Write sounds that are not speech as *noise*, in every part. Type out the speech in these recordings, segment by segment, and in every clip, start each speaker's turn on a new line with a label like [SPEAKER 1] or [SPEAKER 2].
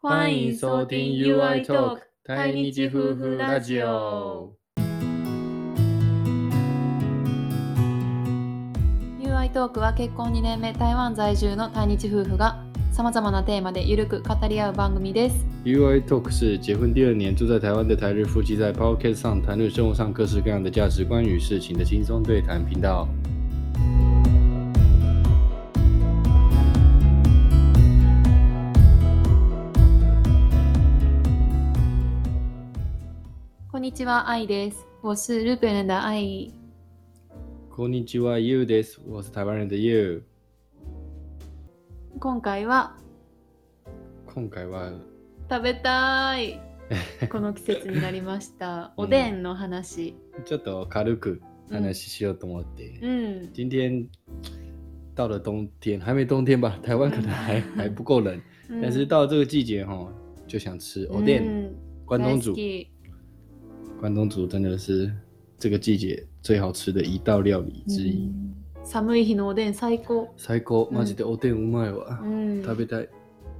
[SPEAKER 1] 欢迎收听 UI Talk 台日夫婦ラジオ。
[SPEAKER 2] UI トークは結婚2年目台湾在住の対日夫婦がさまざまなテーマでゆるく語り合う番組です。
[SPEAKER 1] UI Talk 是结婚第二年住在台湾的台日夫妻在 Podcast 上谈论生活上各式各样的价值观与事情的轻松对谈频道。
[SPEAKER 2] こんにちは、愛です。我是日本人的愛。
[SPEAKER 1] こんにちは You です，我是台湾人的 You。
[SPEAKER 2] 今回は
[SPEAKER 1] 今回は
[SPEAKER 2] 食べた
[SPEAKER 1] *laughs*
[SPEAKER 2] いこの季節になりました。
[SPEAKER 1] うん
[SPEAKER 2] おでんの話。
[SPEAKER 1] ちょっと軽く話しようと思って。
[SPEAKER 2] うん。
[SPEAKER 1] 今天到了冬天，还没冬天 *laughs* 吧？台湾可能还还不够冷，但是到了这个季节哈，就想吃おでん。关东煮
[SPEAKER 2] 大好，き
[SPEAKER 1] 关东煮真的是这个季节最好吃的一道料理之
[SPEAKER 2] う
[SPEAKER 1] 一。
[SPEAKER 2] ん寒い日のおでん最高。
[SPEAKER 1] 最高，
[SPEAKER 2] 嗯
[SPEAKER 1] マジでおでんうまいわ
[SPEAKER 2] う。ん
[SPEAKER 1] 食べたい。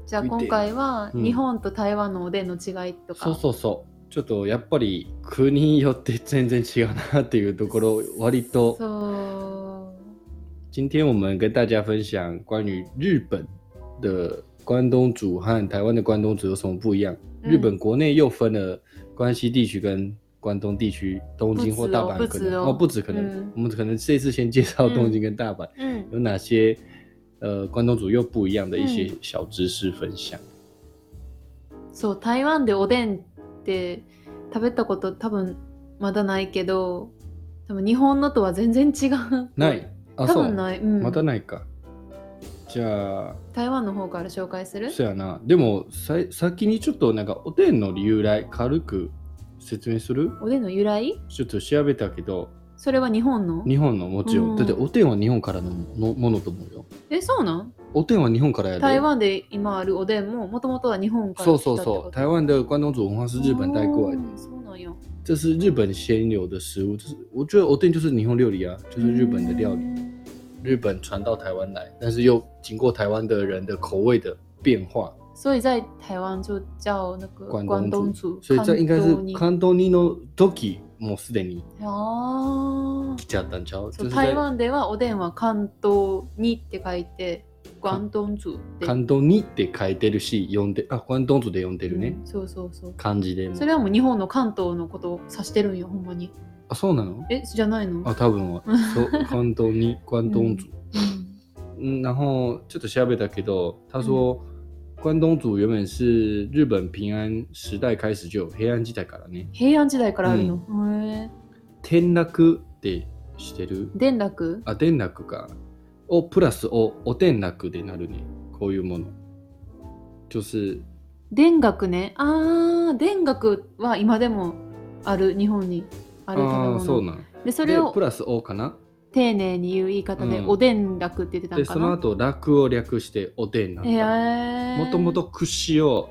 [SPEAKER 2] じゃあ今回は
[SPEAKER 1] うん
[SPEAKER 2] 日本と台湾のおでんの違いとか。
[SPEAKER 1] そうそうそう。ちょっとやっぱり国によって全然違うなっていうところ、割と。
[SPEAKER 2] そう。
[SPEAKER 1] 今天我们跟大家分享关于日本的关东煮和台湾的关东煮有什么不一样。
[SPEAKER 2] 嗯
[SPEAKER 1] 日本国内又分了关西地区跟关东地区，东京或大阪
[SPEAKER 2] 不
[SPEAKER 1] 可
[SPEAKER 2] 止哦不止
[SPEAKER 1] 能
[SPEAKER 2] 哦
[SPEAKER 1] 不止可能，
[SPEAKER 2] 嗯
[SPEAKER 1] 我们可能这次先介绍东京跟大阪、
[SPEAKER 2] うん。
[SPEAKER 1] 有哪些呃关东煮又不一样的一些
[SPEAKER 2] 嗯
[SPEAKER 1] 小知识分享。
[SPEAKER 2] そう台湾でおでんって食べたこと多分まだないけど多分日本のとは全然違う
[SPEAKER 1] ないあ
[SPEAKER 2] 多
[SPEAKER 1] そう
[SPEAKER 2] 分ない、うん
[SPEAKER 1] またないか。じゃあ
[SPEAKER 2] 台湾の方から紹介する
[SPEAKER 1] そうやなでもさい先にちょっとなんかおでんの由来軽く説明する
[SPEAKER 2] おでんの由来
[SPEAKER 1] ちょっと調べたけど
[SPEAKER 2] それは日本の
[SPEAKER 1] 日本のもちろん、
[SPEAKER 2] うん
[SPEAKER 1] だっておでんは日本からのものものと思うよ
[SPEAKER 2] えそうなん
[SPEAKER 1] おでんは日本からやで
[SPEAKER 2] 台湾で今あるおでんももともとは日本から
[SPEAKER 1] そう
[SPEAKER 2] 来た
[SPEAKER 1] そ
[SPEAKER 2] っ
[SPEAKER 1] う
[SPEAKER 2] てこと
[SPEAKER 1] そう台湾的关东煮文化是日本带过来的
[SPEAKER 2] うんそうなんよ
[SPEAKER 1] 这是日本先有的食物，就是我觉得おでん就是霓虹料理啊，就是日本的料理，
[SPEAKER 2] うん
[SPEAKER 1] 日本传到台湾来，但是又经过台湾的人的口味的变化，
[SPEAKER 2] 所以在台湾就叫那个
[SPEAKER 1] 关
[SPEAKER 2] 关东
[SPEAKER 1] 东煮
[SPEAKER 2] 煮，
[SPEAKER 1] 所以这应该是
[SPEAKER 2] 関東に
[SPEAKER 1] 関東にの時もうすでに
[SPEAKER 2] あー
[SPEAKER 1] 来ちゃったんちゃう？
[SPEAKER 2] そ
[SPEAKER 1] 就
[SPEAKER 2] う
[SPEAKER 1] 是
[SPEAKER 2] 台
[SPEAKER 1] 在
[SPEAKER 2] 湾ではおでんは関東にって書いて関東煮って
[SPEAKER 1] 関東にって書いてるし、読んであ関東煮で読んでるね、
[SPEAKER 2] うんそうそうそう
[SPEAKER 1] 漢字でも
[SPEAKER 2] それはもう日本の関東のことを指してるんよほんまに
[SPEAKER 1] あそうなの？
[SPEAKER 2] えじゃないの
[SPEAKER 1] あ多分はそう関東に关東
[SPEAKER 2] う
[SPEAKER 1] 煮。
[SPEAKER 2] ん
[SPEAKER 1] 嗯，然后这个下贝达给到他说，关东煮原本是日本平安时代开始就有黑暗時代からね。
[SPEAKER 2] 平安時代からあるの、へ
[SPEAKER 1] 転落ってしてる
[SPEAKER 2] え連絡
[SPEAKER 1] あ、転落か。をプラスをお転落でなるね。こういうもの。就是
[SPEAKER 2] 田楽ねあー田楽は今でもある日本にある食べ
[SPEAKER 1] ああーそう
[SPEAKER 2] 物
[SPEAKER 1] なん。
[SPEAKER 2] でそれ
[SPEAKER 1] で
[SPEAKER 2] を
[SPEAKER 1] プラスをかな。
[SPEAKER 2] 丁寧に言う言い方で、
[SPEAKER 1] うん
[SPEAKER 2] おでん楽って言ってた
[SPEAKER 1] で
[SPEAKER 2] んか
[SPEAKER 1] その
[SPEAKER 2] な
[SPEAKER 1] 後楽を略しておでんな
[SPEAKER 2] へ
[SPEAKER 1] った。
[SPEAKER 2] え
[SPEAKER 1] もともと串を，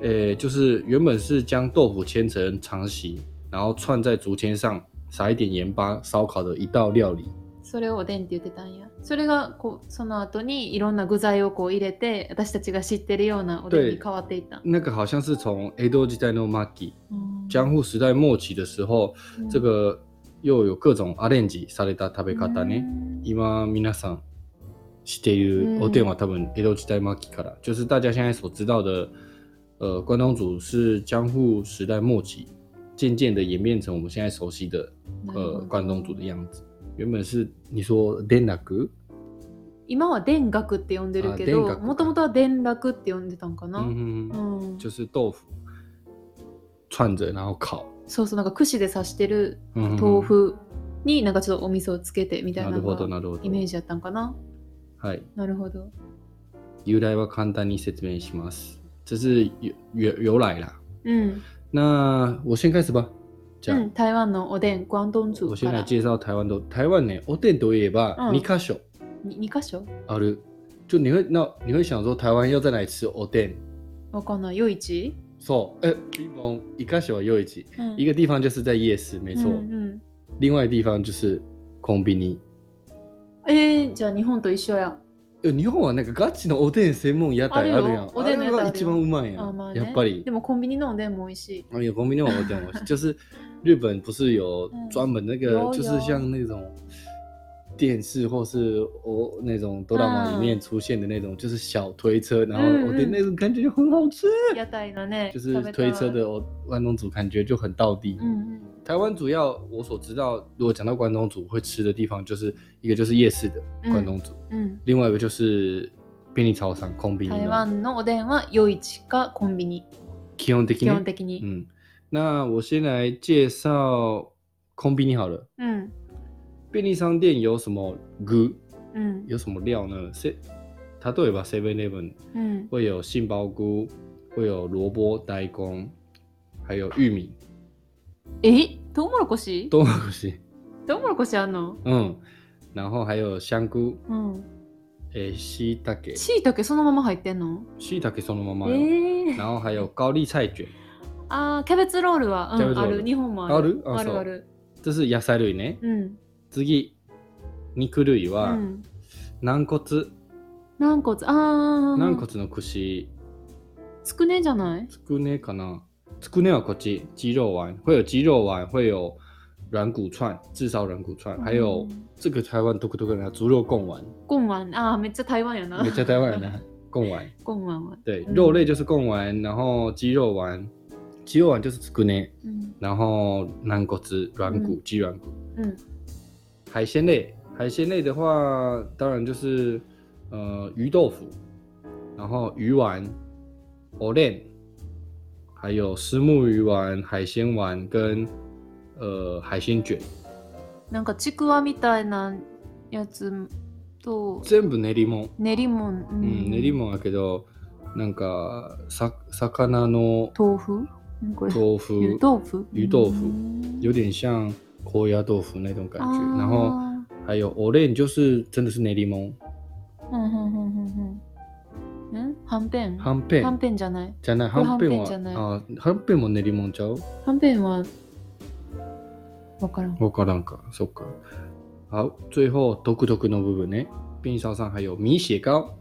[SPEAKER 1] 呃，就是原本是将豆腐切成长形，然后串在竹签上，撒一点盐巴，烧烤的一道料理。
[SPEAKER 2] それをおでんって言ってたんやそれがこうその後にいろんな具材をこう入れて私たちが知ってるようなおでんに変わっていった
[SPEAKER 1] 那个好像是从 Edo 时代的 Maki
[SPEAKER 2] うん
[SPEAKER 1] 江户时代末期的时候，
[SPEAKER 2] うん
[SPEAKER 1] 这个又有各种 arrange された食べ方
[SPEAKER 2] う
[SPEAKER 1] ね。
[SPEAKER 2] ん
[SPEAKER 1] 今皆さん知っているおでんは多分江戸時代末期から，就是大家现在所知道的，呃，关东煮是江户时代末期渐渐的演变成我们现在熟悉的
[SPEAKER 2] なるほ
[SPEAKER 1] 呃
[SPEAKER 2] ど
[SPEAKER 1] 关东煮的样子。原本是你说田楽，
[SPEAKER 2] 今は田楽って呼んでるけ
[SPEAKER 1] あ田
[SPEAKER 2] ど
[SPEAKER 1] 楽
[SPEAKER 2] もともとは田楽って呼んでたんかな、うん
[SPEAKER 1] 嗯，就是豆腐串着然后烤，
[SPEAKER 2] そうそうなんか串で刺してる
[SPEAKER 1] 嗯
[SPEAKER 2] 豆腐になんかちょっとお味噌をつけてみたい
[SPEAKER 1] な
[SPEAKER 2] な
[SPEAKER 1] るほど
[SPEAKER 2] のが
[SPEAKER 1] なるほど
[SPEAKER 2] イ。メージやったんかな
[SPEAKER 1] はい。
[SPEAKER 2] なるほど
[SPEAKER 1] 由来は簡単に説明します。这是由由由来啦。
[SPEAKER 2] うん、
[SPEAKER 1] 那我先开始吧。じゃ
[SPEAKER 2] う
[SPEAKER 1] あ。
[SPEAKER 2] ん、台湾のおでん关東
[SPEAKER 1] 我
[SPEAKER 2] 煮
[SPEAKER 1] 先
[SPEAKER 2] か
[SPEAKER 1] 来
[SPEAKER 2] ら
[SPEAKER 1] 介绍台湾的台湾呢，おでんといえば
[SPEAKER 2] 嗯
[SPEAKER 1] 2箇所
[SPEAKER 2] に2箇所
[SPEAKER 1] ある。就你会那你会想说台湾要在哪里吃おでん？
[SPEAKER 2] わかんない夜市、
[SPEAKER 1] そう。え、一方一箇所又一起，
[SPEAKER 2] うん、
[SPEAKER 1] 一个地方就是在夜市，没
[SPEAKER 2] う
[SPEAKER 1] 错。
[SPEAKER 2] んうん
[SPEAKER 1] 另外地方就是コンビニ。
[SPEAKER 2] えー、じゃあ日本と一緒や。
[SPEAKER 1] え日本はなんかガチのおでん専門屋台あるや
[SPEAKER 2] ある
[SPEAKER 1] ん
[SPEAKER 2] よ。おでんの屋台
[SPEAKER 1] が一番うまいやん、
[SPEAKER 2] あまあね、
[SPEAKER 1] やっぱり
[SPEAKER 2] で。もコンビニのおでんも美味しい。
[SPEAKER 1] 啊，有公民的网站，我就是日本不是有专门那个，
[SPEAKER 2] 嗯有
[SPEAKER 1] 就是
[SPEAKER 2] 有
[SPEAKER 1] 像那种电视或是哦那种哆啦 A
[SPEAKER 2] 嗯
[SPEAKER 1] 里面出现的那种，就是小推车，然
[SPEAKER 2] 嗯
[SPEAKER 1] 后我的
[SPEAKER 2] 嗯
[SPEAKER 1] 那种感觉就很好吃，
[SPEAKER 2] 屋台のね、
[SPEAKER 1] 就是
[SPEAKER 2] 食べた
[SPEAKER 1] 推车。的哦关东煮感觉就很到地。
[SPEAKER 2] うんうん。
[SPEAKER 1] 台湾主要我所知道，如果讲到关东煮会吃的地方，就是一个就是夜市的
[SPEAKER 2] 嗯
[SPEAKER 1] 关东煮，
[SPEAKER 2] うん、
[SPEAKER 1] 另外一个就是便利超商、空冰。
[SPEAKER 2] 台湾のおでんは夜市かコンビニ、
[SPEAKER 1] 基本的
[SPEAKER 2] 基本的に。
[SPEAKER 1] 嗯，那我先来介绍空冰好了。
[SPEAKER 2] うん。
[SPEAKER 1] 便利商店有什么具
[SPEAKER 2] うん。
[SPEAKER 1] 有什么料呢？是它对吧？Seven Eleven
[SPEAKER 2] うん。
[SPEAKER 1] 会有杏鲍菇，会有萝卜、大根，还有玉米，
[SPEAKER 2] えトウモロコシ
[SPEAKER 1] 都有西。 *laughs*
[SPEAKER 2] トウモロコシあんの
[SPEAKER 1] 嗯，然后还有香菇，
[SPEAKER 2] うん。
[SPEAKER 1] 诶，西大给，
[SPEAKER 2] しいたけそのまま入ってんの
[SPEAKER 1] 西大给送了妈妈
[SPEAKER 2] え。ー、
[SPEAKER 1] 然后还有高丽菜卷，
[SPEAKER 2] あーキャベツロールは、
[SPEAKER 1] キャ
[SPEAKER 2] う
[SPEAKER 1] ベ
[SPEAKER 2] ん、
[SPEAKER 1] ツ
[SPEAKER 2] あ
[SPEAKER 1] ロール
[SPEAKER 2] る。日本もある。
[SPEAKER 1] あるあ
[SPEAKER 2] あ
[SPEAKER 1] そう
[SPEAKER 2] るある。
[SPEAKER 1] 这是野菜类呢。
[SPEAKER 2] うん。
[SPEAKER 1] 次，肉類
[SPEAKER 2] う
[SPEAKER 1] は
[SPEAKER 2] ん。
[SPEAKER 1] 軟骨、
[SPEAKER 2] 軟骨。ああ。
[SPEAKER 1] 軟。骨の串。
[SPEAKER 2] つくねじゃない
[SPEAKER 1] つくねかなつくねはこっち、鸡肉丸会有鸡肉丸，会有软骨串，至少软骨串，还有
[SPEAKER 2] うん
[SPEAKER 1] 这个台湾独特的猪肉贡丸，
[SPEAKER 2] ゴンワン。ああ、めっちゃ台湾やな
[SPEAKER 1] 没。在台湾呢，
[SPEAKER 2] *laughs*
[SPEAKER 1] 贡丸。
[SPEAKER 2] ゴンワンは。
[SPEAKER 1] 对，
[SPEAKER 2] 啊嗯
[SPEAKER 1] 肉类就是贡丸，然后鸡肉丸，鸡肉丸就是つくね，
[SPEAKER 2] うん。
[SPEAKER 1] 然后軟骨汁、软骨、鸡软骨。
[SPEAKER 2] うん。
[SPEAKER 1] 海鲜类，海鲜类的话，当然就是呃鱼豆腐，然后鱼丸、o l e n 还有石目鱼丸、海鲜丸跟呃海鲜卷，
[SPEAKER 2] なんかちくわみたいなやつと、
[SPEAKER 1] 全部練り物。
[SPEAKER 2] 練りもん。う
[SPEAKER 1] うん、練り物やけど、なんかさ魚の
[SPEAKER 2] 豆腐うんこれ。
[SPEAKER 1] 豆腐
[SPEAKER 2] 湯豆腐
[SPEAKER 1] 湯豆腐
[SPEAKER 2] うん
[SPEAKER 1] 有点像高压豆腐那种感觉，
[SPEAKER 2] あー
[SPEAKER 1] 然后还有 o l e n 就是真的是練り物，
[SPEAKER 2] うんうんうんうんうんんはんぺん
[SPEAKER 1] はんぺん
[SPEAKER 2] はんぺんじゃない
[SPEAKER 1] じゃない、
[SPEAKER 2] これ
[SPEAKER 1] はんぺんは
[SPEAKER 2] はんぺんじゃない
[SPEAKER 1] あ、はんぺんも練り物ちゃう？
[SPEAKER 2] はんぺんはわからん
[SPEAKER 1] わからんか、そっか。好，最后独特の部分ね。便利超商还有米血糕，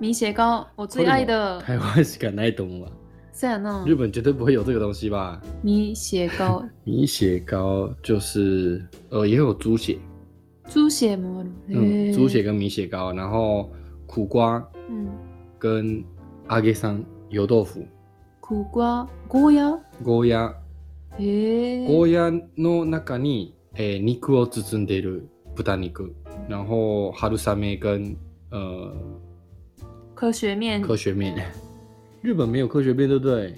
[SPEAKER 2] 米血糕我最爱的
[SPEAKER 1] 台湾しかないと思うわ。
[SPEAKER 2] そうやな
[SPEAKER 1] 日本绝对不会有这个东西吧？
[SPEAKER 2] 米血糕
[SPEAKER 1] 米血糕就是呃也有猪血，
[SPEAKER 2] 猪血もあるへ
[SPEAKER 1] 嗯，
[SPEAKER 2] ー
[SPEAKER 1] 猪血跟米血糕，然后苦瓜
[SPEAKER 2] うん
[SPEAKER 1] 跟阿给桑油豆腐、
[SPEAKER 2] 苦瓜ゴーヤ
[SPEAKER 1] ゴーヤ、
[SPEAKER 2] へえ
[SPEAKER 1] ゴーヤの中に、えー肉を包んでいる豚肉，然后春雨跟呃
[SPEAKER 2] 科学面
[SPEAKER 1] 科学面。日本没有科学面，对不对？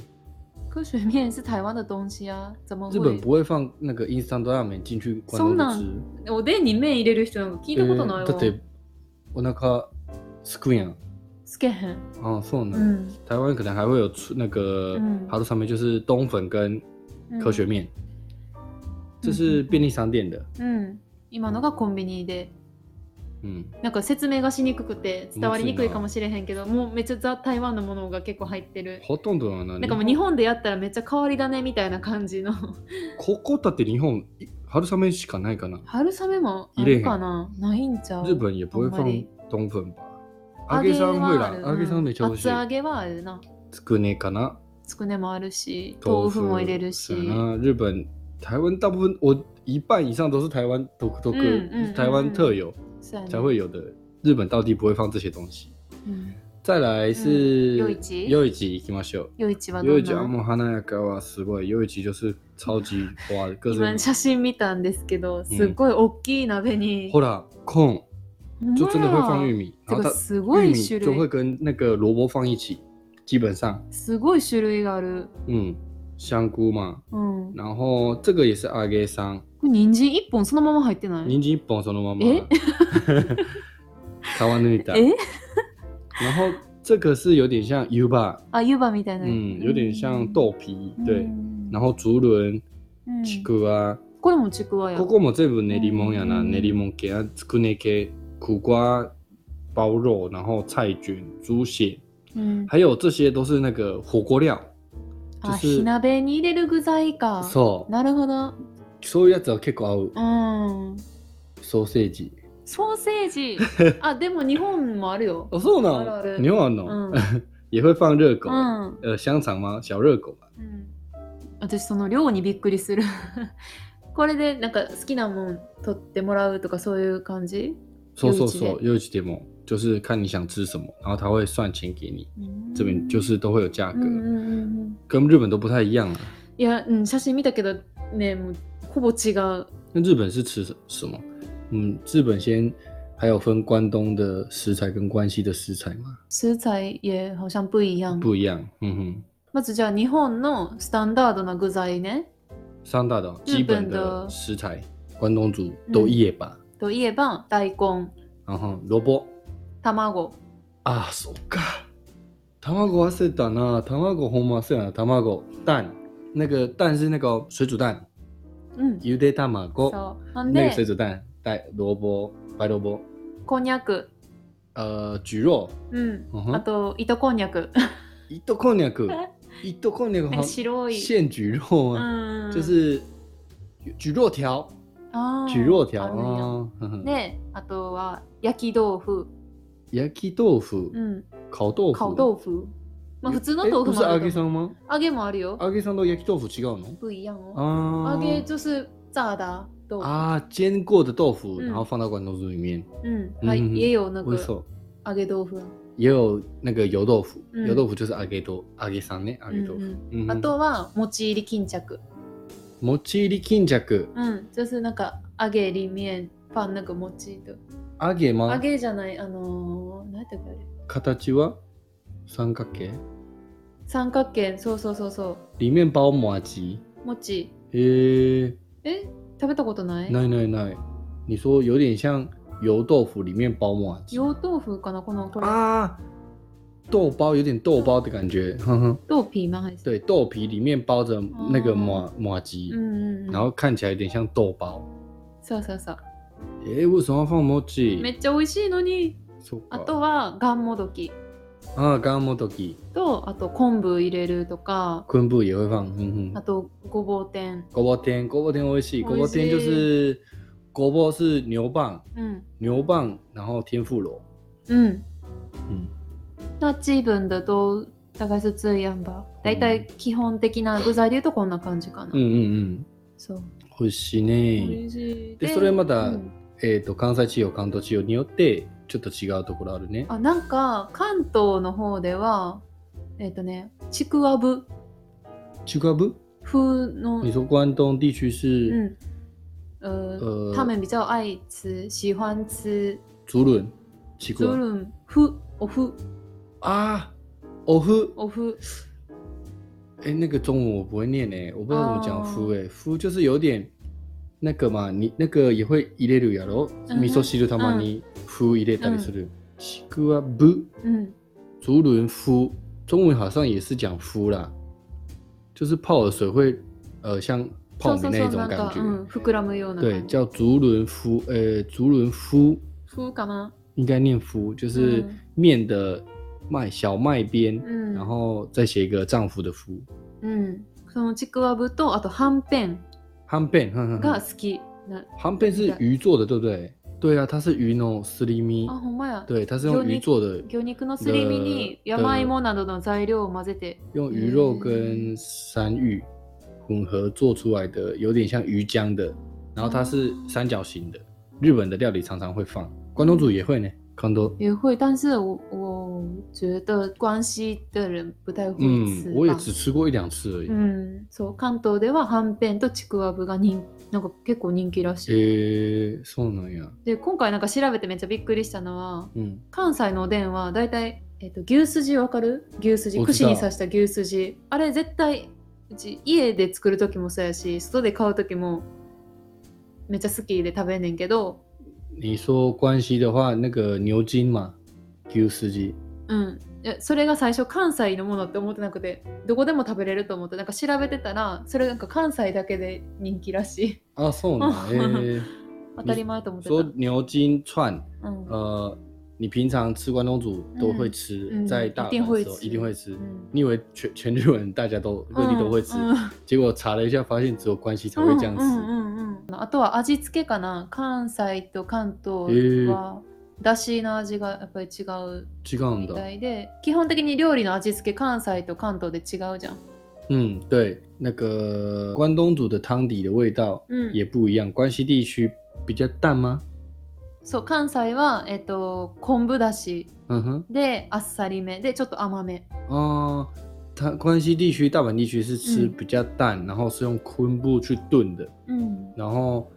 [SPEAKER 2] 科学面是台湾的东西啊怎么
[SPEAKER 1] 日本
[SPEAKER 2] 会
[SPEAKER 1] 不会放那个 instant ramen 进去关
[SPEAKER 2] そう
[SPEAKER 1] 东
[SPEAKER 2] なん
[SPEAKER 1] 煮汁。
[SPEAKER 2] おでんに麺入れる人なんか聞いたことない
[SPEAKER 1] えーだ
[SPEAKER 2] わ
[SPEAKER 1] ってお腹すくやん。
[SPEAKER 2] つけへん
[SPEAKER 1] 啊，そう
[SPEAKER 2] う
[SPEAKER 1] なん。
[SPEAKER 2] ん
[SPEAKER 1] 台湾可能还会有出那个
[SPEAKER 2] 嗯
[SPEAKER 1] 哈鲁上面就是冬粉跟
[SPEAKER 2] うん
[SPEAKER 1] 科学面，这是便利商店的。
[SPEAKER 2] うん今のがコンビニで
[SPEAKER 1] 嗯，
[SPEAKER 2] なんか説明がしにくくて伝わりにくいかもしれへんけどもうめっちゃザ・台湾のものが結構入ってる
[SPEAKER 1] ほとんどは何
[SPEAKER 2] なんかもう日本でやったらめっちゃ変わり種みたいな感じの
[SPEAKER 1] ここだって日本い春雨しかないかな。
[SPEAKER 2] 春雨もあるかなないんちゃう
[SPEAKER 1] 日本也不会
[SPEAKER 2] あんま
[SPEAKER 1] 放
[SPEAKER 2] り
[SPEAKER 1] 冬粉吧？阿给さん会啦，阿给さんめっちゃ美味
[SPEAKER 2] 厚
[SPEAKER 1] し
[SPEAKER 2] 揚
[SPEAKER 1] い。
[SPEAKER 2] げはあるな
[SPEAKER 1] つくねかな。
[SPEAKER 2] つくねもあるし豆腐も入れるし
[SPEAKER 1] 是啊日本、台湾大部分我一半以上都是台湾独独特
[SPEAKER 2] 嗯嗯嗯
[SPEAKER 1] 台湾特有
[SPEAKER 2] そうやね
[SPEAKER 1] 才会有的，日本到底不会放这些东西。
[SPEAKER 2] うん
[SPEAKER 1] 再来是
[SPEAKER 2] 嗯夜市
[SPEAKER 1] 夜市行きましょう。
[SPEAKER 2] 夜市はど
[SPEAKER 1] 夜
[SPEAKER 2] ん
[SPEAKER 1] 市あ
[SPEAKER 2] な
[SPEAKER 1] もう華やかはすごい。夜市就是超级花
[SPEAKER 2] *laughs*
[SPEAKER 1] 的各
[SPEAKER 2] 今
[SPEAKER 1] 种。
[SPEAKER 2] 写真見たんですけどすっごい大きい鍋に
[SPEAKER 1] ほら，空就真的会放玉
[SPEAKER 2] 米
[SPEAKER 1] 米，
[SPEAKER 2] て
[SPEAKER 1] 然后
[SPEAKER 2] か
[SPEAKER 1] 它
[SPEAKER 2] すご
[SPEAKER 1] 玉
[SPEAKER 2] い
[SPEAKER 1] 米
[SPEAKER 2] 種
[SPEAKER 1] 就会
[SPEAKER 2] 類
[SPEAKER 1] 跟那个萝卜放一起，基本上，
[SPEAKER 2] すごい種類がある
[SPEAKER 1] 嗯，香菇嘛，
[SPEAKER 2] うん
[SPEAKER 1] 然后这个也是阿给桑，
[SPEAKER 2] これ人参一本そのまま入ってない
[SPEAKER 1] 人参一本そのまま。
[SPEAKER 2] え
[SPEAKER 1] 皮抜いた。
[SPEAKER 2] え
[SPEAKER 1] 然后这个是有点像 U 吧，
[SPEAKER 2] あ、湯葉みたいな。
[SPEAKER 1] 嗯，有点像豆皮，对。
[SPEAKER 2] うん
[SPEAKER 1] 然后竹轮、
[SPEAKER 2] うん
[SPEAKER 1] ちくわ，
[SPEAKER 2] これもちくわや。
[SPEAKER 1] ここも全部練り物やな，
[SPEAKER 2] 嗯
[SPEAKER 1] 練り物系啊，つくね系、苦瓜、包肉，然后菜卷、猪血，
[SPEAKER 2] うん
[SPEAKER 1] 还有这些都是那个火锅料。
[SPEAKER 2] あ、
[SPEAKER 1] 就是
[SPEAKER 2] 火鍋に入れる具材か。
[SPEAKER 1] そう。
[SPEAKER 2] なるほど。
[SPEAKER 1] そういうやつは結構合う。
[SPEAKER 2] うん。
[SPEAKER 1] ソーセージ。 *laughs*
[SPEAKER 2] ソーセージ。あ、でも日本もあるよ。
[SPEAKER 1] あ、そうな
[SPEAKER 2] あるあ
[SPEAKER 1] の
[SPEAKER 2] る
[SPEAKER 1] 日本あん
[SPEAKER 2] う
[SPEAKER 1] の、
[SPEAKER 2] ん。
[SPEAKER 1] 也会放热狗
[SPEAKER 2] う、ん、
[SPEAKER 1] 呃，香肠吗？小热狗吧。
[SPEAKER 2] うん、私その量にびっくりする *laughs* これでなんか好きなもん取ってもらうとかそういう感じ、
[SPEAKER 1] そうそ
[SPEAKER 2] 夜
[SPEAKER 1] うそう
[SPEAKER 2] 市，
[SPEAKER 1] 又一点某就是看你想吃什么，然后他会算钱给你，
[SPEAKER 2] うん
[SPEAKER 1] 这边就是都会有价
[SPEAKER 2] う
[SPEAKER 1] 格
[SPEAKER 2] んう，んうんうん
[SPEAKER 1] 跟日本都不太一样啊。
[SPEAKER 2] いや、うん、写真見たけどねもうほぼ違う
[SPEAKER 1] 那日本是吃什什么？嗯，日本先还有分关东的食材跟关西的食材吗？
[SPEAKER 2] 数材也好像不一样
[SPEAKER 1] 不一样，嗯哼。
[SPEAKER 2] まずじゃあ日本のスタンダードな具材ね
[SPEAKER 1] 三大岛
[SPEAKER 2] 日
[SPEAKER 1] 基
[SPEAKER 2] 本
[SPEAKER 1] 本
[SPEAKER 2] 的
[SPEAKER 1] 的嗯食材，关东煮都一叶吧，
[SPEAKER 2] といえば大根
[SPEAKER 1] 然后萝卜
[SPEAKER 2] 卵
[SPEAKER 1] 啊，そうか。卵忘れたな，卵ほんま忘れたな、卵蛋，那个蛋是那个水煮蛋，
[SPEAKER 2] うん
[SPEAKER 1] ゆで卵，
[SPEAKER 2] そうほん
[SPEAKER 1] 那个水
[SPEAKER 2] で
[SPEAKER 1] 煮蛋带萝卜、白萝卜，
[SPEAKER 2] こんにゃく
[SPEAKER 1] 呃，蒟蒻，
[SPEAKER 2] うん
[SPEAKER 1] 嗯哼
[SPEAKER 2] あと糸こんにゃく
[SPEAKER 1] 一豆こんにゃく，一豆こんにゃく
[SPEAKER 2] なんか
[SPEAKER 1] 好
[SPEAKER 2] *laughs*
[SPEAKER 1] 像
[SPEAKER 2] 白い
[SPEAKER 1] 现蒟蒻
[SPEAKER 2] う
[SPEAKER 1] 啊，
[SPEAKER 2] ん
[SPEAKER 1] 就是蒟蒻条，
[SPEAKER 2] あー
[SPEAKER 1] 蒟蒻条
[SPEAKER 2] あるんや
[SPEAKER 1] 啊，呵呵
[SPEAKER 2] であとは焼き豆腐、
[SPEAKER 1] 焼き豆
[SPEAKER 2] う、
[SPEAKER 1] 腐
[SPEAKER 2] ん、
[SPEAKER 1] 烤豆腐，
[SPEAKER 2] 烤豆腐まあ普通の豆腐
[SPEAKER 1] え
[SPEAKER 2] もあ
[SPEAKER 1] 不是揚
[SPEAKER 2] るけ
[SPEAKER 1] げさ
[SPEAKER 2] ど
[SPEAKER 1] ん吗？
[SPEAKER 2] 揚げもあるよ
[SPEAKER 1] 揚げさんと焼き豆腐違うの？
[SPEAKER 2] 不一样哦
[SPEAKER 1] 啊
[SPEAKER 2] 揚げ就是炸的豆腐
[SPEAKER 1] 啊，煎过的豆腐，
[SPEAKER 2] 嗯
[SPEAKER 1] 然后放到关东煮里面，
[SPEAKER 2] うん
[SPEAKER 1] うん
[SPEAKER 2] はい
[SPEAKER 1] うんうん
[SPEAKER 2] 也有那
[SPEAKER 1] 我
[SPEAKER 2] 个
[SPEAKER 1] 手
[SPEAKER 2] 揚げ豆腐
[SPEAKER 1] 也有那个油豆腐，
[SPEAKER 2] 嗯
[SPEAKER 1] 油豆腐就是揚げ豆揚げさんね、揚
[SPEAKER 2] うん
[SPEAKER 1] げ豆
[SPEAKER 2] う
[SPEAKER 1] 腐。
[SPEAKER 2] ん
[SPEAKER 1] 嗯
[SPEAKER 2] あ
[SPEAKER 1] 哼
[SPEAKER 2] とはもち入り巾着
[SPEAKER 1] もち入り巾着，
[SPEAKER 2] うん就是なんか揚げ里面パンなんかもちと
[SPEAKER 1] 揚げ
[SPEAKER 2] 揚
[SPEAKER 1] 吗？
[SPEAKER 2] げじゃないあのー何やったっけあれ
[SPEAKER 1] 形は三角形，
[SPEAKER 2] 三角形そうそうそうそ
[SPEAKER 1] 里面包麻吉。
[SPEAKER 2] うもち
[SPEAKER 1] 诶、
[SPEAKER 2] え食べたことない
[SPEAKER 1] ないないない，你说有点像油豆腐里面包麻吉
[SPEAKER 2] 洋豆腐かなこのこれ
[SPEAKER 1] 啊，豆包有点豆包的感觉，哼哼。
[SPEAKER 2] 豆皮吗还是
[SPEAKER 1] 对，豆皮里面包着那个麻麻吉
[SPEAKER 2] う，んうんうん
[SPEAKER 1] 然后看起来有点像豆包。
[SPEAKER 2] そうそうそう
[SPEAKER 1] 诶，为什么要放麻吉？
[SPEAKER 2] めっちゃ美味しいのに
[SPEAKER 1] そう
[SPEAKER 2] あ
[SPEAKER 1] か。
[SPEAKER 2] とはがんもどき
[SPEAKER 1] あ、ガンモトキ、
[SPEAKER 2] とあと昆布入れるとか
[SPEAKER 1] 昆布也会放。嗯
[SPEAKER 2] あ
[SPEAKER 1] 嗯。
[SPEAKER 2] とごぼう天
[SPEAKER 1] 锅包天，锅包天我也喜，
[SPEAKER 2] 我也
[SPEAKER 1] 锅包天就
[SPEAKER 2] 喜
[SPEAKER 1] 是锅包是牛蒡，
[SPEAKER 2] うん
[SPEAKER 1] 牛蒡，然后天妇罗。
[SPEAKER 2] うん
[SPEAKER 1] 嗯，
[SPEAKER 2] 那基本的都大概是这样吧。大体基本的な具材で言うとこんな感じかな。
[SPEAKER 1] 嗯嗯
[SPEAKER 2] そう。
[SPEAKER 1] 嗯，美味しいね。
[SPEAKER 2] 美味しい
[SPEAKER 1] でそれまた
[SPEAKER 2] うん
[SPEAKER 1] えっと関西地方関東地方によってちょっと違うところあるね。
[SPEAKER 2] あなんか関東の方ではえっ、とねちくわぶ
[SPEAKER 1] ちくわぶ？
[SPEAKER 2] 風の
[SPEAKER 1] 你说关东地区
[SPEAKER 2] う
[SPEAKER 1] 是
[SPEAKER 2] ん呃
[SPEAKER 1] 呃
[SPEAKER 2] 他们比较爱吃喜欢吃
[SPEAKER 1] 竹轮，ち
[SPEAKER 2] 竹
[SPEAKER 1] くわ。
[SPEAKER 2] 輪ふおふ
[SPEAKER 1] 啊，哦呼。
[SPEAKER 2] おふ
[SPEAKER 1] 哎、那个中文我不会念哎、我不知道怎么讲夫哎、夫就是有点那个嘛，你那个也会入れるやろ。
[SPEAKER 2] 嗯哼
[SPEAKER 1] 味噌汁たまに夫入れたりする。ちくわぶ
[SPEAKER 2] うん
[SPEAKER 1] 竹轮夫，中文好像也是讲夫啦，就是泡了水会呃像泡
[SPEAKER 2] そうそう
[SPEAKER 1] 米
[SPEAKER 2] そ
[SPEAKER 1] 那
[SPEAKER 2] う
[SPEAKER 1] 一种
[SPEAKER 2] なん
[SPEAKER 1] 感
[SPEAKER 2] か、
[SPEAKER 1] 觉，
[SPEAKER 2] うん、膨らむような
[SPEAKER 1] 对，
[SPEAKER 2] 感じ。
[SPEAKER 1] 叫竹轮夫，呃，竹轮夫
[SPEAKER 2] ふかな。
[SPEAKER 1] 应该念夫，就是
[SPEAKER 2] 嗯
[SPEAKER 1] 面的麦小麦边，
[SPEAKER 2] うん。
[SPEAKER 1] 然后再写一个丈夫的夫，
[SPEAKER 2] うん、そのちくわぶとあとはんぺん
[SPEAKER 1] 汉变，哼哼哼
[SPEAKER 2] が好きな、
[SPEAKER 1] 航片是鱼做的，对不对？对啊，它是鱼呢，斯里米
[SPEAKER 2] あ。ほんまや
[SPEAKER 1] 对，它是用鱼做的，
[SPEAKER 2] 魚肉のすり身に
[SPEAKER 1] 的
[SPEAKER 2] 山芋などの材料を混ぜて
[SPEAKER 1] 用
[SPEAKER 2] 嗯
[SPEAKER 1] 鱼肉跟山芋混合做出来的，有点像鱼浆的。然
[SPEAKER 2] 嗯
[SPEAKER 1] 后它是三角形的，日本的料理常常会放，关东煮也会呢。关东，
[SPEAKER 2] 也会但是我我觉得关西的人不太会吃吧、嗯
[SPEAKER 1] 嗯，我也只吃过一两次而已
[SPEAKER 2] う。んそう関東でははんぺんとちくわぶが人なんか結構人気らしい、
[SPEAKER 1] 诶，そうなんや。
[SPEAKER 2] で今回なんか調べてめっちゃびっくりしたのは
[SPEAKER 1] 嗯，
[SPEAKER 2] 関西のおでんは大体、えっと牛すじわかる牛すじ
[SPEAKER 1] おじ
[SPEAKER 2] 串
[SPEAKER 1] さん
[SPEAKER 2] に刺した牛すじあれ絶対うち家で作る時もそうやし外で買う時もめっちゃ好きで食べんねんけど
[SPEAKER 1] 你说关西的话，那个牛筋嘛，牛司机，
[SPEAKER 2] うんいやそれが最初関西のものって思ってなくてどこでも食べれると思ってなんか調べてたらそれなんか関西だけで人気らしい
[SPEAKER 1] 啊，そう
[SPEAKER 2] 哦
[SPEAKER 1] なん。
[SPEAKER 2] *laughs*
[SPEAKER 1] 诶，
[SPEAKER 2] 当たり前と思って
[SPEAKER 1] 说
[SPEAKER 2] た
[SPEAKER 1] 牛筋串。
[SPEAKER 2] うん
[SPEAKER 1] 呃，你平常吃关东煮都会吃，
[SPEAKER 2] 嗯嗯
[SPEAKER 1] 在大阪的时候
[SPEAKER 2] 一
[SPEAKER 1] 一
[SPEAKER 2] 定
[SPEAKER 1] 定
[SPEAKER 2] 会
[SPEAKER 1] 会
[SPEAKER 2] 吃嗯うん
[SPEAKER 1] 吃。你以为全全日本大家都各地都会吃，
[SPEAKER 2] うんうん
[SPEAKER 1] 结果查了一下，发现只有关西才会这样
[SPEAKER 2] うんうん
[SPEAKER 1] 吃。
[SPEAKER 2] うんうんあとは味付けかな関西と関東はだしの味がやっぱり違う
[SPEAKER 1] 違うん
[SPEAKER 2] み
[SPEAKER 1] だ。
[SPEAKER 2] たいで基本的に料理の味付け関西と関東で違うじゃん。
[SPEAKER 1] 嗯，对，那个关东煮的汤底的味道
[SPEAKER 2] うん、
[SPEAKER 1] 也不一样，关西地区比较淡吗？
[SPEAKER 2] そう関西は、えっと、昆布だし
[SPEAKER 1] 嗯哼，
[SPEAKER 2] であっさりめでちょっと甘め。
[SPEAKER 1] 哦，它关西地区、大阪地区是吃
[SPEAKER 2] 嗯
[SPEAKER 1] 比较淡，然后是用昆布去炖的，
[SPEAKER 2] うん、
[SPEAKER 1] 然后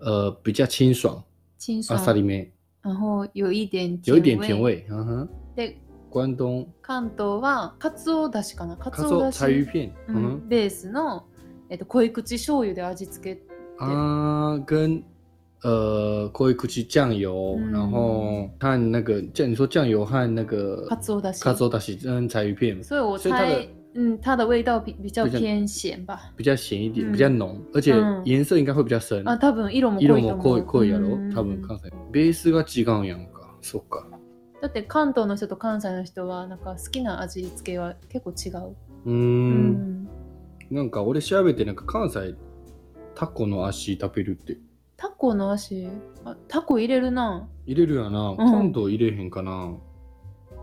[SPEAKER 1] 呃比较清爽，
[SPEAKER 2] 清
[SPEAKER 1] 阿
[SPEAKER 2] 爽。
[SPEAKER 1] 萨里面
[SPEAKER 2] 然后有一点
[SPEAKER 1] 有一点甜味，嗯哼，
[SPEAKER 2] で
[SPEAKER 1] 关东
[SPEAKER 2] 関東はカツオだしかなカツオ
[SPEAKER 1] 他说
[SPEAKER 2] だ
[SPEAKER 1] 柴鱼
[SPEAKER 2] し、
[SPEAKER 1] 片，
[SPEAKER 2] う
[SPEAKER 1] 嗯
[SPEAKER 2] ん、ベースの、えっと、濃い口醤油で味付け
[SPEAKER 1] 哼啊跟。呃，可以去酱油，
[SPEAKER 2] 嗯
[SPEAKER 1] 然后和那个酱，你说酱油和那个
[SPEAKER 2] カツオだし
[SPEAKER 1] 卡州大喜嗯柴鱼片
[SPEAKER 2] 所以我
[SPEAKER 1] 所以它的
[SPEAKER 2] 猜嗯它的味道比比较
[SPEAKER 1] 比较
[SPEAKER 2] 偏咸吧
[SPEAKER 1] 比较咸一点，
[SPEAKER 2] 嗯
[SPEAKER 1] 比较浓，而且
[SPEAKER 2] 嗯
[SPEAKER 1] 颜色应该会比较深。
[SPEAKER 2] あ多分色も濃
[SPEAKER 1] 色
[SPEAKER 2] いと
[SPEAKER 1] も
[SPEAKER 2] 思
[SPEAKER 1] 濃
[SPEAKER 2] う
[SPEAKER 1] い濃いやろ、
[SPEAKER 2] うん
[SPEAKER 1] 多分関西。ベースが違うんやんか。そっか。
[SPEAKER 2] だって関東の人と関西の人はなんか好きな味付けは結構違う
[SPEAKER 1] うー。
[SPEAKER 2] うんん
[SPEAKER 1] なんか俺調べてなんか関西タコの足食べるって
[SPEAKER 2] タコの足あタコ入れるな
[SPEAKER 1] 入れるやな。関東入れへんかな。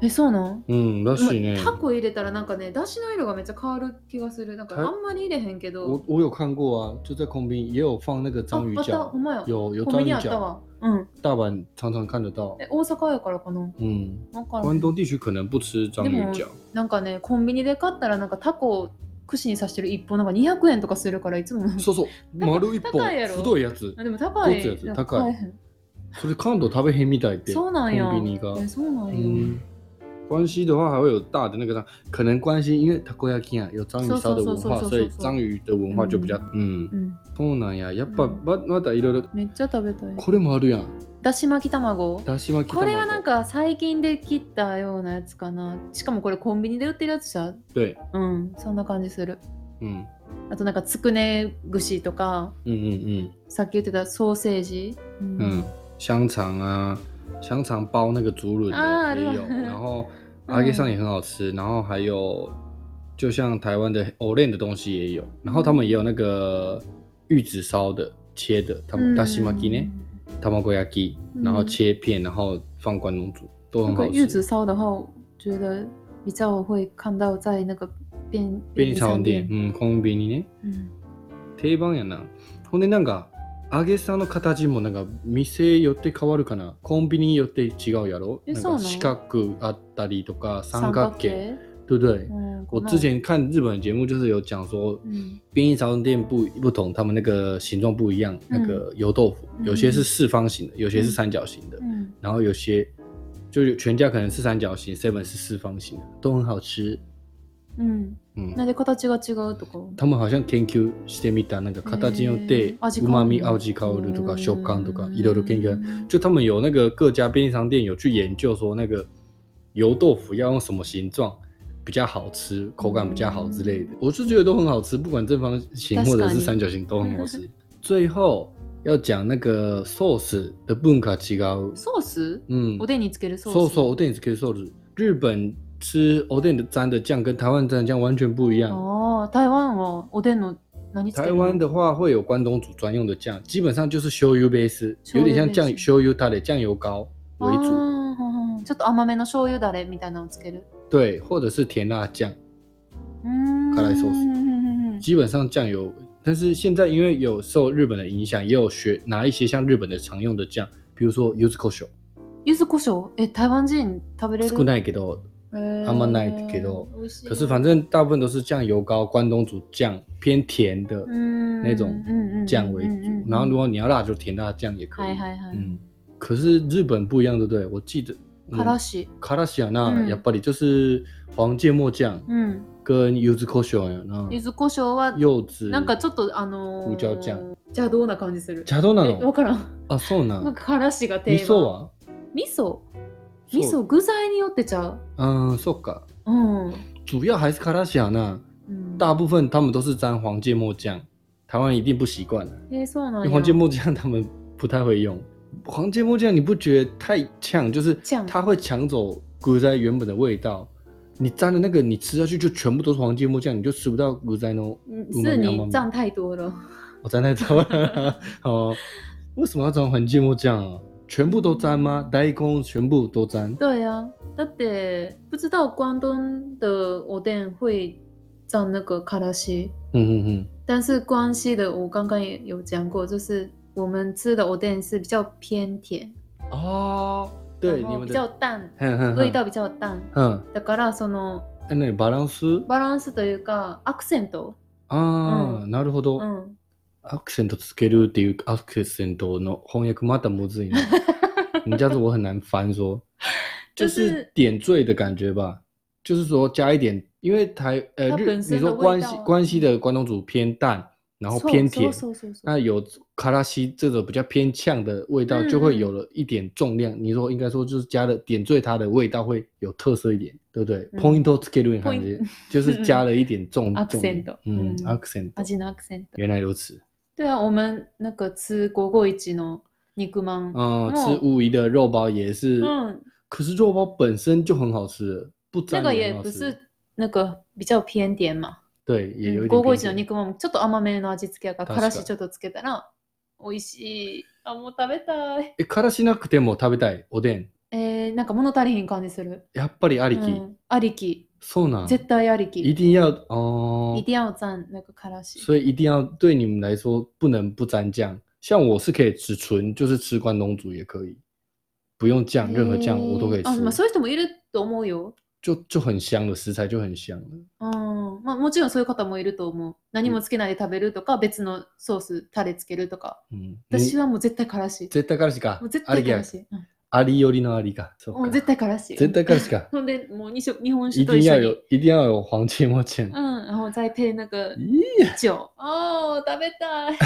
[SPEAKER 2] えそうなん
[SPEAKER 1] うん、らしいね。
[SPEAKER 2] タコ入れたらなんかねだしの色がめっちゃ変わる気がするなんか
[SPEAKER 1] た
[SPEAKER 2] あんまり入れへんけど
[SPEAKER 1] 我我有看过啊，就在空冰也有放那个
[SPEAKER 2] あ
[SPEAKER 1] 章鱼
[SPEAKER 2] あった
[SPEAKER 1] 饺
[SPEAKER 2] ほ，んまや
[SPEAKER 1] 有有
[SPEAKER 2] コンビニ
[SPEAKER 1] 章鱼
[SPEAKER 2] あった
[SPEAKER 1] 饺，
[SPEAKER 2] わうん
[SPEAKER 1] 大阪常常看得到。
[SPEAKER 2] え大阪やからかな
[SPEAKER 1] 嗯，
[SPEAKER 2] なんか
[SPEAKER 1] 关东地区可能不吃章鱼
[SPEAKER 2] で
[SPEAKER 1] 饺。
[SPEAKER 2] なんかねコンビニで買ったらなんかタコを串に刺してる一本なんか200円とかするからいつもなんか
[SPEAKER 1] そうそう、丸一本
[SPEAKER 2] 高いやろ
[SPEAKER 1] 太いやつ
[SPEAKER 2] あ。でも高い。
[SPEAKER 1] どっちやつ
[SPEAKER 2] なんか
[SPEAKER 1] 高
[SPEAKER 2] 買
[SPEAKER 1] い
[SPEAKER 2] えへん
[SPEAKER 1] それ関東食べへんみたいって。
[SPEAKER 2] そうなんや。
[SPEAKER 1] コンビニが
[SPEAKER 2] えそうなんや。
[SPEAKER 1] 嗯，关西的话还会有大的那个章，可能关西因为 takoyaki 啊有章鱼烧的文
[SPEAKER 2] そうそうそうそう
[SPEAKER 1] 化
[SPEAKER 2] そ，う
[SPEAKER 1] 所以章鱼的文化就比较嗯，
[SPEAKER 2] うん、
[SPEAKER 1] そうなんや。やっ
[SPEAKER 2] う
[SPEAKER 1] ぱ
[SPEAKER 2] ん
[SPEAKER 1] ままだいろいろ
[SPEAKER 2] めっちゃ食べたい。
[SPEAKER 1] これもあるやん。
[SPEAKER 2] だし巻き卵。
[SPEAKER 1] だし巻き卵。
[SPEAKER 2] これはなんか最近で切ったようなやつかな。しかもこれコンビニで売ってるやつじゃん。
[SPEAKER 1] 对，
[SPEAKER 2] うん、そんな感じする。
[SPEAKER 1] 嗯
[SPEAKER 2] あとなんかつくね串とか、
[SPEAKER 1] 嗯嗯嗯
[SPEAKER 2] さっき言ってたソーセージ。う
[SPEAKER 1] 嗯，香肠啊，香肠包那个竹轮
[SPEAKER 2] 啊
[SPEAKER 1] 的也有，
[SPEAKER 2] 对
[SPEAKER 1] 然后阿给上也很好吃，然后还有就像台湾的 o l e n 的东西也有，然后他们也有那个玉子烧的切的，他
[SPEAKER 2] う
[SPEAKER 1] 们
[SPEAKER 2] ん
[SPEAKER 1] だし巻きね。卵焼き，
[SPEAKER 2] 嗯
[SPEAKER 1] 然后切片，然后放关东煮，都
[SPEAKER 2] 那
[SPEAKER 1] 很
[SPEAKER 2] 个
[SPEAKER 1] 好
[SPEAKER 2] 玉子
[SPEAKER 1] 吃。
[SPEAKER 2] 烧的话，我觉得比较会看到在那个便
[SPEAKER 1] 便利商店、
[SPEAKER 2] 店。
[SPEAKER 1] うん、コンビニね。
[SPEAKER 2] うん、
[SPEAKER 1] 定番やな。ほんでなんか、揚げさんの形もなんか店寄って変わるかな。コンビニ寄って違うやろ
[SPEAKER 2] え
[SPEAKER 1] なん
[SPEAKER 2] そうなの
[SPEAKER 1] か四角あったりとか三角形，
[SPEAKER 2] 形。
[SPEAKER 1] 对不对？
[SPEAKER 2] 嗯，
[SPEAKER 1] 我
[SPEAKER 2] 国内
[SPEAKER 1] 之前看日本的节目，就是有讲说
[SPEAKER 2] 嗯
[SPEAKER 1] 便利商店不不同，他们那个形状不一样。那个油豆腐
[SPEAKER 2] 嗯
[SPEAKER 1] 有些是四方形的，有些是三角形的。
[SPEAKER 2] 嗯，
[SPEAKER 1] 然后有些就有全家可能是三角形，seven 是四方形的，都很好吃。
[SPEAKER 2] うん、
[SPEAKER 1] 嗯，
[SPEAKER 2] なんで形が違うとか。
[SPEAKER 1] 他们好像研究してみたなんか形によって
[SPEAKER 2] えー嗯味
[SPEAKER 1] う
[SPEAKER 2] 変
[SPEAKER 1] ま
[SPEAKER 2] わる
[SPEAKER 1] み味香るとか食感とかいろいろ研究。
[SPEAKER 2] うん
[SPEAKER 1] 就他们有那个各家便利商店有去研究说那个油豆腐要用什么形状比较好吃，口感比较好之类的。我是觉得都很好吃，不管正方形
[SPEAKER 2] 確
[SPEAKER 1] 或
[SPEAKER 2] かに
[SPEAKER 1] 者是三角形都很好吃。最后要讲那个 sauce 的文化違う。
[SPEAKER 2] ソース？
[SPEAKER 1] 嗯，
[SPEAKER 2] おでんにつけるソース。
[SPEAKER 1] そうそう、おでんにつけるソース。日本吃おでん的沾的酱跟台湾沾的酱完全不一样。
[SPEAKER 2] ああ、台湾はおでんの何つけ
[SPEAKER 1] 台
[SPEAKER 2] るの？
[SPEAKER 1] 湾的话会有关东煮专用的酱，基本上就是 show you base，有点像酱
[SPEAKER 2] base
[SPEAKER 1] show you 它的酱油膏
[SPEAKER 2] あ
[SPEAKER 1] 为主，
[SPEAKER 2] ーほんほんちょっと甘めの醤油だれみたいなのをつける。
[SPEAKER 1] 对，或者是甜辣酱，
[SPEAKER 2] うーん。
[SPEAKER 1] 辛いソ
[SPEAKER 2] うんうん
[SPEAKER 1] ース
[SPEAKER 2] うんうん
[SPEAKER 1] 基本上酱油。但是现在因为有受日本的影响，也有学拿一些像日本的常用的酱，比如说 yuzu k o s h
[SPEAKER 2] 柚子胡椒？え、台湾人食べれる？
[SPEAKER 1] o 少ないけど，
[SPEAKER 2] えー
[SPEAKER 1] あんまないけど。
[SPEAKER 2] 美味しい
[SPEAKER 1] 可是反正大部分都是酱油膏、关东煮酱偏甜的
[SPEAKER 2] 嗯
[SPEAKER 1] 那种
[SPEAKER 2] 嗯嗯
[SPEAKER 1] 酱为主，然后如果你要辣就甜辣酱也可
[SPEAKER 2] はい
[SPEAKER 1] 以。
[SPEAKER 2] はいはい。
[SPEAKER 1] 嗯，可是日本不一样，对不对？我记得
[SPEAKER 2] からし。
[SPEAKER 1] 卡拉西亚那
[SPEAKER 2] 嗯
[SPEAKER 1] やっぱり就是黄芥末酱
[SPEAKER 2] うん。
[SPEAKER 1] 跟柚子胡椒やな
[SPEAKER 2] 柚。子胡椒は
[SPEAKER 1] 柚子
[SPEAKER 2] なんかちょっとあのー、
[SPEAKER 1] 胡椒酱。
[SPEAKER 2] じゃあどうな感じする？
[SPEAKER 1] 茶道な
[SPEAKER 2] えわ
[SPEAKER 1] の？
[SPEAKER 2] からん。
[SPEAKER 1] あ、啊そう
[SPEAKER 2] な
[SPEAKER 1] な
[SPEAKER 2] ん
[SPEAKER 1] の。
[SPEAKER 2] かからしが定
[SPEAKER 1] 味
[SPEAKER 2] 番。
[SPEAKER 1] 噌啊は？
[SPEAKER 2] 味噌味
[SPEAKER 1] そ
[SPEAKER 2] 噌
[SPEAKER 1] う
[SPEAKER 2] 具材によってちゃう。
[SPEAKER 1] 嗯，そっか。
[SPEAKER 2] うん。
[SPEAKER 1] 主要还是卡拉西亚那，
[SPEAKER 2] うん
[SPEAKER 1] 大部分他们都是沾黄芥末酱，台湾一定不习惯，啊
[SPEAKER 2] えーそう
[SPEAKER 1] 因
[SPEAKER 2] なん
[SPEAKER 1] 为
[SPEAKER 2] や。
[SPEAKER 1] 黄芥末酱他们不太会用。黄芥末酱你不觉得太呛？就是
[SPEAKER 2] 呛
[SPEAKER 1] 它会抢走古斋原本的味道。你沾的那个，你吃下去就全部都是黄芥末酱，你就吃不到古斋喏。
[SPEAKER 2] うんすでに残太多了。
[SPEAKER 1] *laughs* 我站在这儿哦，为什么要转环芥末酱啊？全部都沾吗？大根全部都沾？
[SPEAKER 2] 对呀、だって不知道广东的おでん会蘸那个からし，
[SPEAKER 1] 嗯嗯嗯，
[SPEAKER 2] 但是关西的我刚刚也有讲过，就是我们吃的おでん是比较偏甜，
[SPEAKER 1] 哦，对，
[SPEAKER 2] 然
[SPEAKER 1] 你
[SPEAKER 2] 后
[SPEAKER 1] 们
[SPEAKER 2] 比较
[SPEAKER 1] 的，
[SPEAKER 2] 淡，
[SPEAKER 1] 嗯嗯
[SPEAKER 2] 味道比较淡。
[SPEAKER 1] 嗯，
[SPEAKER 2] だからその
[SPEAKER 1] 哎，那バランス
[SPEAKER 2] バランスというかアクセント、
[SPEAKER 1] ああ、
[SPEAKER 2] う
[SPEAKER 1] なるほど、
[SPEAKER 2] うん、
[SPEAKER 1] アクセントつけるっていうアクセントの翻訳またむずい
[SPEAKER 2] *laughs*
[SPEAKER 1] な。你这样子我很难翻说，就
[SPEAKER 2] 就是
[SPEAKER 1] 是点缀的感觉吧，就是说加一点，因为台呃
[SPEAKER 2] 它
[SPEAKER 1] 日
[SPEAKER 2] 本
[SPEAKER 1] 你
[SPEAKER 2] 身的
[SPEAKER 1] 说
[SPEAKER 2] 味
[SPEAKER 1] 关
[SPEAKER 2] 道
[SPEAKER 1] 西
[SPEAKER 2] 啊
[SPEAKER 1] 关西的关东煮偏淡，然后
[SPEAKER 2] そう
[SPEAKER 1] 偏甜，
[SPEAKER 2] そうそうそうそう
[SPEAKER 1] 那有卡拉西这种比较偏呛的味道，
[SPEAKER 2] 嗯
[SPEAKER 1] 就会有了一点重量。你说应该说就是加了点缀它的味道会有特色一点，对不对
[SPEAKER 2] 嗯
[SPEAKER 1] ？Point to scale 感觉
[SPEAKER 2] Point-
[SPEAKER 1] 就是加了一点重
[SPEAKER 2] 嗯 Accent
[SPEAKER 1] 重点嗯
[SPEAKER 2] 嗯
[SPEAKER 1] ，accent，
[SPEAKER 2] 味のアクセント。
[SPEAKER 1] 原来如此。
[SPEAKER 2] 对啊，我们那个吃国过一集の肉まん，
[SPEAKER 1] 嗯，
[SPEAKER 2] 哦
[SPEAKER 1] 吃乌鱼的肉包也是，
[SPEAKER 2] 嗯，
[SPEAKER 1] 可是肉包本身就很好吃了，不
[SPEAKER 2] 那
[SPEAKER 1] 沾
[SPEAKER 2] 个
[SPEAKER 1] 也
[SPEAKER 2] 也
[SPEAKER 1] 很好
[SPEAKER 2] 不
[SPEAKER 1] 吃
[SPEAKER 2] 是嗯那个比较偏甜嘛，
[SPEAKER 1] 对，也有一点
[SPEAKER 2] 午後一の
[SPEAKER 1] 偏甜
[SPEAKER 2] 肉まんもちょっと甘めの味付けやから
[SPEAKER 1] 確
[SPEAKER 2] か
[SPEAKER 1] かに
[SPEAKER 2] らしちょっとつけたら美味しいあもう食べたい
[SPEAKER 1] え、からしなくても食べたいおでん。
[SPEAKER 2] えー、なんか物足りひん感じする
[SPEAKER 1] やっぱりあ
[SPEAKER 2] あ
[SPEAKER 1] りき。
[SPEAKER 2] ありき
[SPEAKER 1] そうな
[SPEAKER 2] 嗯
[SPEAKER 1] ん。
[SPEAKER 2] 絶対あり
[SPEAKER 1] 一
[SPEAKER 2] き
[SPEAKER 1] 定要哦。
[SPEAKER 2] 一定要蘸那个からし
[SPEAKER 1] 所以一定要对你们来说不能不沾酱。像我是可以只纯就是吃关东煮也可以，不用酱，任何酱我都可
[SPEAKER 2] え
[SPEAKER 1] 以
[SPEAKER 2] ーあまあ
[SPEAKER 1] 吃，
[SPEAKER 2] そういう人もいると思うよ
[SPEAKER 1] 就就很香了，食材就很香了。
[SPEAKER 2] うんまあ、もちろんそういう方もいると思う何もつけないで食べるとか、別のソースタレつけるとか
[SPEAKER 1] 嗯，
[SPEAKER 2] 私
[SPEAKER 1] 你
[SPEAKER 2] はもう絶対からし
[SPEAKER 1] 絶対からしか
[SPEAKER 2] もう絶
[SPEAKER 1] あ
[SPEAKER 2] 対
[SPEAKER 1] りき
[SPEAKER 2] か
[SPEAKER 1] や
[SPEAKER 2] らし、
[SPEAKER 1] ありよりのありか。そ
[SPEAKER 2] うん、
[SPEAKER 1] う
[SPEAKER 2] も
[SPEAKER 1] か
[SPEAKER 2] う絶対からし
[SPEAKER 1] 絶対から
[SPEAKER 2] *laughs*。
[SPEAKER 1] しか
[SPEAKER 2] ほんでもう日食日本酒
[SPEAKER 1] 一
[SPEAKER 2] と
[SPEAKER 1] 定
[SPEAKER 2] 一緒
[SPEAKER 1] 要
[SPEAKER 2] に
[SPEAKER 1] 有一定要有黄芥末酱
[SPEAKER 2] う。ん、然后再配那个
[SPEAKER 1] 咦，
[SPEAKER 2] 酒。哦，食べたい。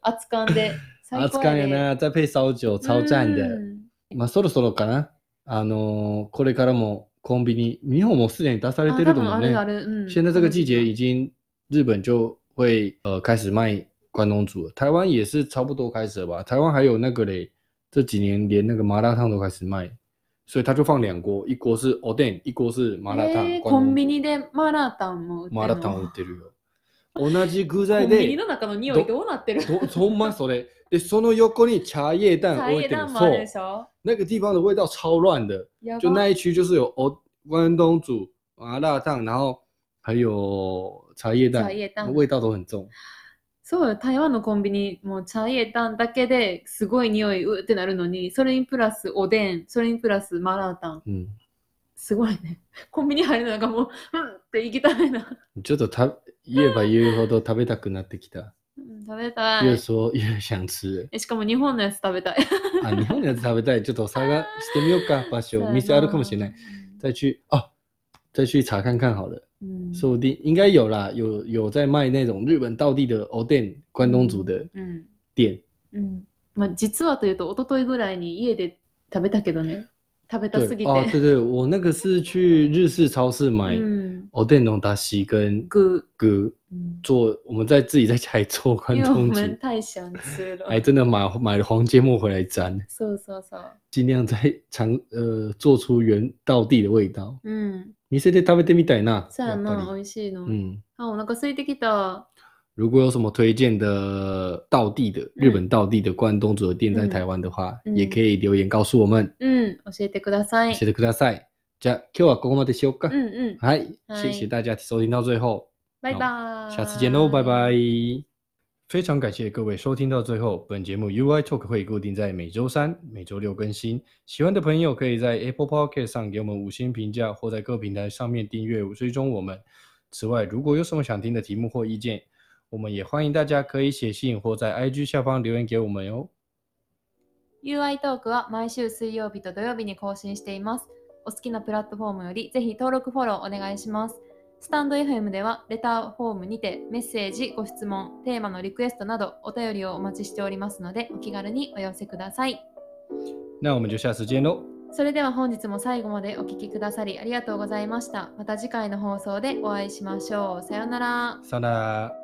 [SPEAKER 2] 熱燗
[SPEAKER 1] *laughs*
[SPEAKER 2] で。
[SPEAKER 1] あつかんやな。再配烧酒，超赞的。
[SPEAKER 2] うん
[SPEAKER 1] まあそろそろかな。あのーこれからもコンビニ、日本もすでに出されて
[SPEAKER 2] あ、
[SPEAKER 1] る
[SPEAKER 2] 多
[SPEAKER 1] と
[SPEAKER 2] 分
[SPEAKER 1] 思
[SPEAKER 2] あ
[SPEAKER 1] うね
[SPEAKER 2] る。ある。うん。
[SPEAKER 1] 现在这个季
[SPEAKER 2] 嗯
[SPEAKER 1] 节已经日本就会呃开始卖关东煮了，台湾也是差不多开始了吧？台湾还有那个嘞，这几年连那个麻辣烫都开始卖，所以他就放两锅，一锅是 oden，一锅是麻辣烫。
[SPEAKER 2] えー
[SPEAKER 1] 关
[SPEAKER 2] コン
[SPEAKER 1] 东
[SPEAKER 2] ビ
[SPEAKER 1] 煮
[SPEAKER 2] ニでマラタンも売ってるの
[SPEAKER 1] 麻辣烫売ってるよ。同じ具
[SPEAKER 2] コ
[SPEAKER 1] 材
[SPEAKER 2] ン *laughs* ビニ
[SPEAKER 1] で
[SPEAKER 2] の、中の匂いどうなってる？
[SPEAKER 1] とほんまそれ。でその横に茶叶蛋
[SPEAKER 2] 茶
[SPEAKER 1] 置
[SPEAKER 2] 叶
[SPEAKER 1] いてる
[SPEAKER 2] 蛋。もあるでし
[SPEAKER 1] そう。
[SPEAKER 2] ょ。
[SPEAKER 1] 那个地方的味道超乱的。
[SPEAKER 2] やば
[SPEAKER 1] 就那一区就是有欧关东煮、麻辣烫，然后还有茶叶蛋，
[SPEAKER 2] 茶叶蛋
[SPEAKER 1] 味道都很重。
[SPEAKER 2] そうよ台湾のコンビニもう茶叶蛋だけですごい匂いうってなるのにそれにプラスおでんそれにプラスマラタン
[SPEAKER 1] 嗯，
[SPEAKER 2] すごいね *laughs* コンビニ入るのがもううんって行きたいな、
[SPEAKER 1] ちょっと食べ言えば言うほど食べたくなってき
[SPEAKER 2] *laughs*
[SPEAKER 1] た。
[SPEAKER 2] うん、食べ嗯たい。
[SPEAKER 1] 越说越想吃
[SPEAKER 2] えしかも日本のやつ食べたい。
[SPEAKER 1] あ、日本のやつ食べたい。ちょっ
[SPEAKER 2] *laughs*
[SPEAKER 1] と探してみようか。場所、店あるかもしれない。再去啊，再去查看看好了，
[SPEAKER 2] うん。
[SPEAKER 1] 说不定应该有啦，有有在卖那种日本道地的 o d e 关东煮的
[SPEAKER 2] うん。
[SPEAKER 1] 店。
[SPEAKER 2] 嗯うん。まあ、実はというと、一昨日ぐらいに家で食べたけどね。食べたす
[SPEAKER 1] 对
[SPEAKER 2] ぎ
[SPEAKER 1] 哦，对
[SPEAKER 2] て。
[SPEAKER 1] 对，我那个是去日式超市
[SPEAKER 2] う
[SPEAKER 1] 买
[SPEAKER 2] ん。
[SPEAKER 1] o d e の达西跟
[SPEAKER 2] 具。
[SPEAKER 1] 哥
[SPEAKER 2] うん
[SPEAKER 1] 做，我们在自己在家里做关
[SPEAKER 2] 因为我
[SPEAKER 1] 东煮，
[SPEAKER 2] 们太想吃了。
[SPEAKER 1] 还真的买买了黄芥末回来沾，
[SPEAKER 2] そうそうそう。
[SPEAKER 1] 尽量在尝呃做出原道地的味道。
[SPEAKER 2] うん。
[SPEAKER 1] 店で食べてみたいな。
[SPEAKER 2] そうや
[SPEAKER 1] やっ
[SPEAKER 2] な、
[SPEAKER 1] ぱ
[SPEAKER 2] 美
[SPEAKER 1] り
[SPEAKER 2] 味しいの。
[SPEAKER 1] 嗯，
[SPEAKER 2] あ、お腹空いてきた。
[SPEAKER 1] 如果有什么推荐的道地的日本道地的关东煮的店在
[SPEAKER 2] 嗯
[SPEAKER 1] 台湾的话，
[SPEAKER 2] 嗯
[SPEAKER 1] 也可以留言告诉我们，
[SPEAKER 2] うん。教えてください。
[SPEAKER 1] 教えてください。じゃあ今日はここまでしようか。
[SPEAKER 2] うんうん。
[SPEAKER 1] はい、
[SPEAKER 2] 嗯はい
[SPEAKER 1] 谢谢大家收听到最后。
[SPEAKER 2] バイバイ。
[SPEAKER 1] 下次见喽，拜拜！呃非常感谢各位收听到最后，本节目 UI Talk 会固定在每周三、每周六更新。喜欢的朋友可以在 Apple Podcast 上给我们五星评价，或在各平台上面订阅、追踪我们。此外，如果有什么想听的题目或意见，我们也欢迎大家可以写信或在 IG 下方留言给我们哦。
[SPEAKER 2] UI トークは毎週水曜日と土曜日に更新しています。お好きなプラットフォームよりぜひ登録フォローお願いします。スタンド FM ではレターフォームにてメッセージ、ご質問、テーマのリクエストなどお便りをお待ちしておりますのでお気軽にお寄せください。
[SPEAKER 1] 那我们就下次见喽，
[SPEAKER 2] それでは本日も最後までお聴きくださりありがとうございました。また次回の放送でお会いしましょう。さようなら。
[SPEAKER 1] さよなら。